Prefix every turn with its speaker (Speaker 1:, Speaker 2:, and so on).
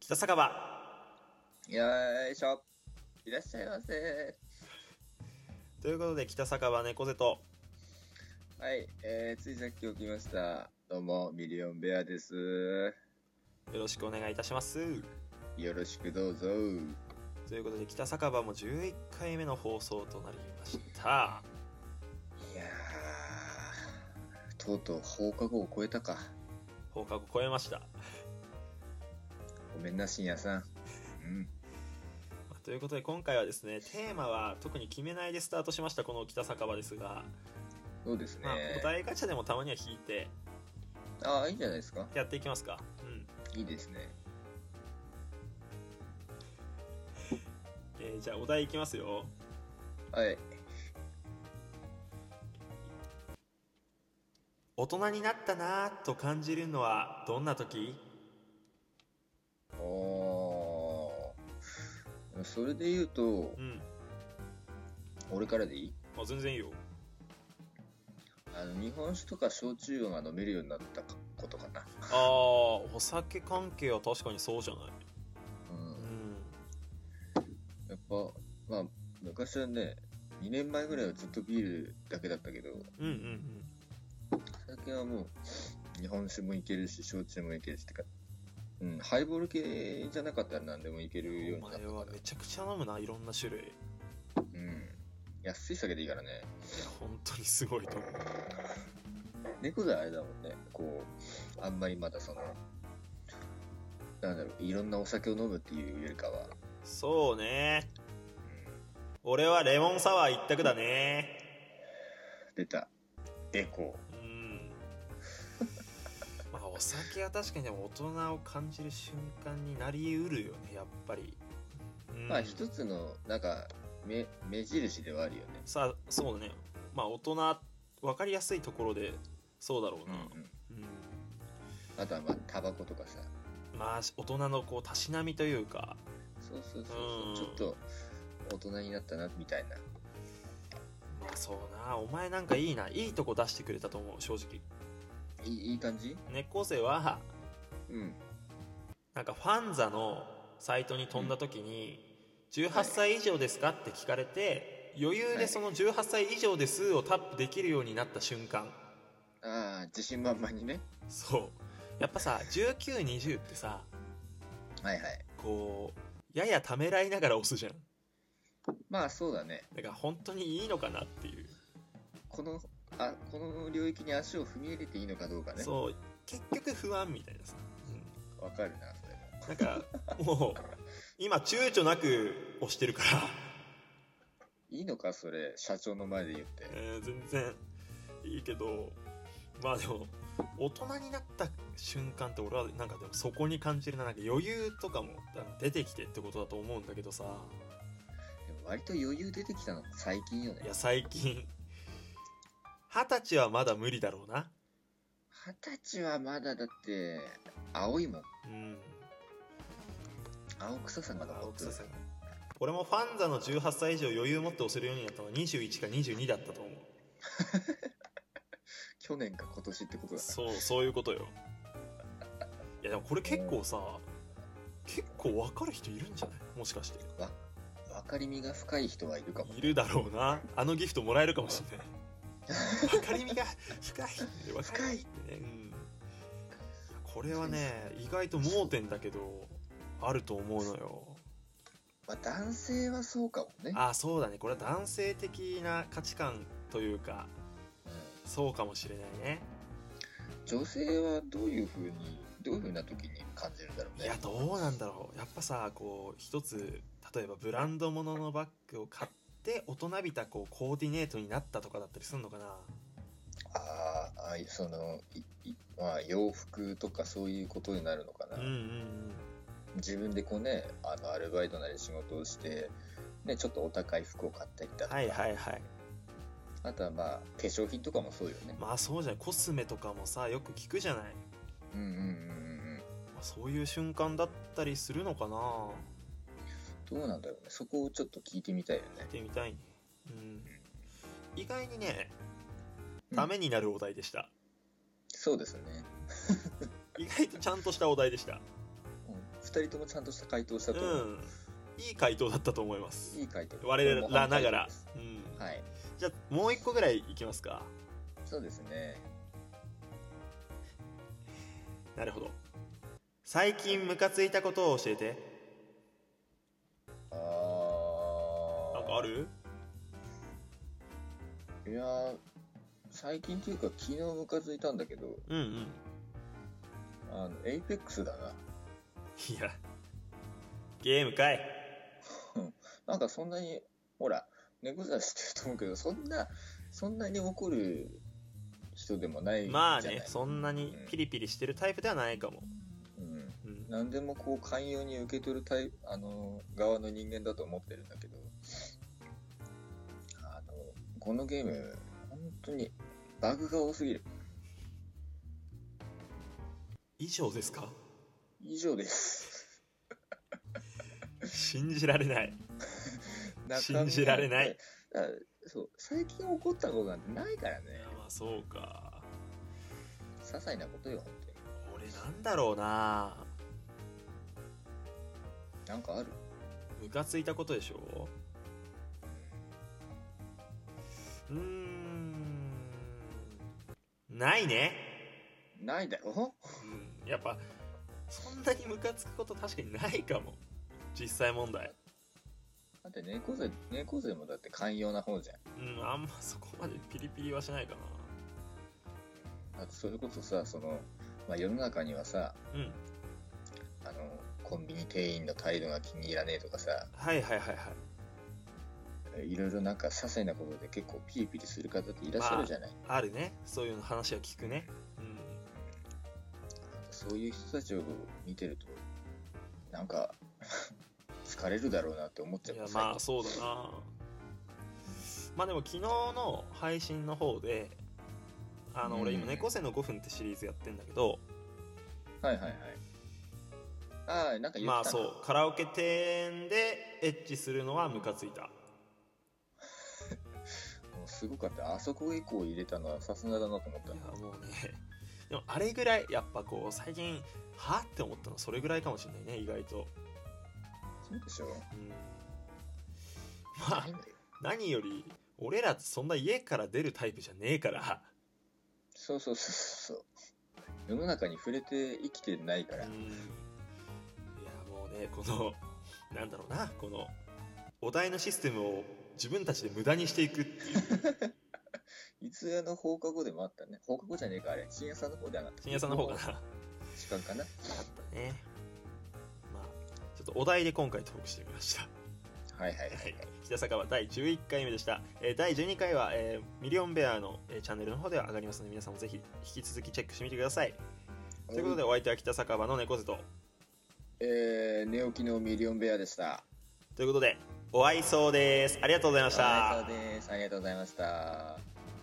Speaker 1: 北酒場
Speaker 2: よいしょ。いらっしゃいませ。
Speaker 1: ということで北酒場猫背と
Speaker 2: はい、えー、ついさっき起きました。どうも、ミリオンベアです。
Speaker 1: よろしくお願いいたします
Speaker 2: よろしくどうぞ。
Speaker 1: ということで北酒場も11回目の放送となりました
Speaker 2: いやー、とうとう放課後を超えたか。
Speaker 1: 放課後超えました、
Speaker 2: ごめんな、深夜さん。うん。
Speaker 1: まあということで今回はですねテーマは特に決めないでスタートしましたこの北酒場ですが、
Speaker 2: そうですね
Speaker 1: まあ、。答えガチャでもたまには引いて
Speaker 2: ああ、いいんじゃないですか。
Speaker 1: やっていきますかうん
Speaker 2: いいですね。
Speaker 1: えーじゃあお題いきますよ
Speaker 2: はい。
Speaker 1: 大人になったなぁと感じるのはどんな時
Speaker 2: おー。それで言うと
Speaker 1: う、ん
Speaker 2: 俺からでいい
Speaker 1: あ全然いいよ
Speaker 2: あの、日本酒とか焼酎が飲めるようになったことかな。
Speaker 1: あーお酒関係は確かにそうじゃない
Speaker 2: うん
Speaker 1: う。ん
Speaker 2: やっぱ、まあ、昔はね、2年前ぐらいはずっとビールだけだったけど、
Speaker 1: うんうんうん
Speaker 2: 最近はもう、日本酒もいけるし、焼酎もいけるし、ってか、うん、ハイボール系じゃなかったら何でもいけるよう
Speaker 1: お
Speaker 2: になった
Speaker 1: 前
Speaker 2: か
Speaker 1: は
Speaker 2: ら
Speaker 1: め。ちゃくちゃ飲むないろんな種類いや
Speaker 2: うん。安い酒でいいからね。
Speaker 1: 本当にすごいと思う
Speaker 2: 猫背あれだもんね、こう、あんまりまだその、なんだろう、いろんなお酒を飲むっていうよりかは、
Speaker 1: そうね
Speaker 2: うん、
Speaker 1: 俺はレモンサワー一択だね
Speaker 2: 出た、エコ
Speaker 1: うんまあお酒は確かにでも大人を感じる瞬間になりうるよねやっぱり、うん
Speaker 2: ー。まあ、一つの、なんか、目、目印ではあるよね。
Speaker 1: さあそうだねまあ大人分かりやすいところでそうだろう
Speaker 2: う
Speaker 1: な、
Speaker 2: ん。
Speaker 1: うん
Speaker 2: あとは、まあ、タバコとかさ、
Speaker 1: まあ大人のこうたしなみというか
Speaker 2: そうそうそう
Speaker 1: うん
Speaker 2: そう、ちょっと大人になったなみたいな。
Speaker 1: まあそうなお前なんかいいないいとこ出してくれたと思う正直
Speaker 2: いいいい感じ
Speaker 1: 猫背は
Speaker 2: うん。
Speaker 1: なんかファンザのサイトに飛んだ時に「18歳以上ですか?」って聞かれて余裕でその18歳以上ですをタップできるようになった瞬間
Speaker 2: ああ、自信満々にね。
Speaker 1: そうやっぱさ1920ってさ
Speaker 2: はいはい。
Speaker 1: こうややためらいながら押すじゃん
Speaker 2: まあそうだね。
Speaker 1: だから本当にいいのかなっていう
Speaker 2: この、あ、この領域に足を踏み入れていいのかどうかね。
Speaker 1: そう結局不安みたいなさ、う
Speaker 2: わかるな、それも。
Speaker 1: ん、なんかもう今躊躇なく押してるから
Speaker 2: いいのか、それ、社長の前で言って。
Speaker 1: えー全然いいけどまあでも大人になった瞬間って俺はなんかでもそこに感じるななんか余裕とかも多分出てきてってことだと思うんだけどさ
Speaker 2: でも割と余裕出てきたの最近よ
Speaker 1: い
Speaker 2: ね
Speaker 1: や。最近二十歳はまだ無理だろうな
Speaker 2: 二十歳はまだだって、青いもん。
Speaker 1: うん
Speaker 2: 青臭さが残
Speaker 1: 青
Speaker 2: って
Speaker 1: 臭
Speaker 2: る
Speaker 1: さ。が俺もファンザの18歳以上余裕持って押せるようになったのは21か22だったと思う
Speaker 2: 去年か今年ってことだな。
Speaker 1: そうそういうことよいやでもこれ結構さ結構分かる人いるんじゃないもしかして
Speaker 2: 分かりみが深い人はいるかも。
Speaker 1: いるだろうなあのギフトもらえるかもしれない分かりみが深い分かりみってね、うん、これはね意外と盲点だけどあると思うのよ
Speaker 2: まあ男性はそうかもね。
Speaker 1: あそうだねこれは男性的な価値観というか
Speaker 2: うん
Speaker 1: そうかもしれないね
Speaker 2: 女性はどういうふうにどういうふうな時に感じるんだろう
Speaker 1: い
Speaker 2: ね
Speaker 1: やどうなんだろうやっぱさこう一つ例えばブランド物ののバッグを買って大人びたこうコーディネートになったとかだったりするのかな
Speaker 2: あーあーそのいいまあ洋服とかそういうことになるのかな、
Speaker 1: うんうんうん
Speaker 2: 自分でこうねあのアルバイトなり仕事をして、ね、ちょっとお高い服を買ったりだとか、
Speaker 1: はいはいはい
Speaker 2: あとはまあ化粧品とかもそうよね
Speaker 1: まあそうじゃないコスメとかもさよく聞くじゃない、
Speaker 2: うんうんうんうん
Speaker 1: まあそういう瞬間だったりするのかな
Speaker 2: どうなんだろうねそこをちょっと聞いてみたいよね
Speaker 1: 見てみたいねうん意外にね
Speaker 2: うん
Speaker 1: ためになるお題でした、
Speaker 2: そうですね
Speaker 1: 意外とちゃんとしたお題でした
Speaker 2: うん普人ともちゃんとした回答したと
Speaker 1: う
Speaker 2: 思う、
Speaker 1: んいい回答だったと思います
Speaker 2: いい回答
Speaker 1: 我らながら
Speaker 2: です、
Speaker 1: うん、
Speaker 2: はい
Speaker 1: じゃあもう一個ぐらいいきますか
Speaker 2: そうですね
Speaker 1: なるほど最近ムカついたことを教えて
Speaker 2: あー
Speaker 1: なんかある
Speaker 2: いやー最近っていうか昨日ムカついたんだけど
Speaker 1: うんうん
Speaker 2: あのエイペックスだない
Speaker 1: やゲームかい
Speaker 2: なんかそんなにほら猫座してると思うけどそんなそんなに怒る人でもないじゃない
Speaker 1: まあねそんなにピリピリしてるタイプではないかも、
Speaker 2: うん、
Speaker 1: うん、
Speaker 2: 何でもこう寛容に受け取るタイプあの側の人間だと思ってるんだけどあのこのゲーム本当にバグが多すぎる
Speaker 1: 以上です か
Speaker 2: 以上です
Speaker 1: 信じられない
Speaker 2: 中身なんて
Speaker 1: 信じられない
Speaker 2: だからそう最近起こったことなんてないからね
Speaker 1: いやまあそうか
Speaker 2: 些細なことよ本当に
Speaker 1: 俺なんだろうな
Speaker 2: なんかある
Speaker 1: ムカついたことでしょうーんないね、
Speaker 2: ないだろ
Speaker 1: うん、やっぱそんなにムカつくこと確かにないかも実際問題
Speaker 2: だって猫背猫背もだって寛容な方じゃん
Speaker 1: うんあんまそこまでピリピリはしないか
Speaker 2: あとそれこそさその、まあ、世の中にはさ
Speaker 1: なうん
Speaker 2: あのコンビニ店員の態度が気に入らねえとかさ
Speaker 1: はいはいはいはい
Speaker 2: いろいろなんか些細なことで結構ピリピリする方っていらっしゃるじゃない、
Speaker 1: あるねそういうの話は聞くねうん
Speaker 2: そういう人たちを見てるとなんか 疲れるだろうなって思っちゃ
Speaker 1: いうや
Speaker 2: 最
Speaker 1: まあ
Speaker 2: 近
Speaker 1: そうだなまあでも昨日の配信の方であの俺
Speaker 2: うん
Speaker 1: 今「猫背の5分」ってシリーズやってんだけど、
Speaker 2: はいはいはいああなんか言ってたな
Speaker 1: まあそうカラオケ店でエッチするのはムカついた
Speaker 2: もうすごかったあそこ以降入れたのはさすがだなと思った
Speaker 1: いやもうね でもあれぐらいやっぱこう最近はって思ったのそれぐらいかもしれないね意外と、
Speaker 2: そうでしょ
Speaker 1: うん、まあ
Speaker 2: 変だよ
Speaker 1: 何より俺らそんな家から出るタイプじゃねえから
Speaker 2: そうそうそうそう世の中に触れて生きてないから、
Speaker 1: うんいやもうねこのなんだろうなこのお題のシステムを自分たちで無駄にしていくっていう
Speaker 2: いつやの放課後でもあったね放課後じゃねえかあれ深夜さんの方ではなかった
Speaker 1: 深夜さんの方かなあ
Speaker 2: 時間かな
Speaker 1: ったねまあちょっとお題で今回トークしてみました
Speaker 2: はいはいはい、
Speaker 1: はい、北酒場第11回目でした、えー第12回は、えーミリオンベアの、えーチャンネルの方では上がりますので皆さんもぜひ引き続きチェックしてみてくださいということでお相手は北酒場の猫背と
Speaker 2: えー、寝起きのミリオンベアでした
Speaker 1: ということでお会いそうですありがとうございました
Speaker 2: ありがとうございましたありがとうございました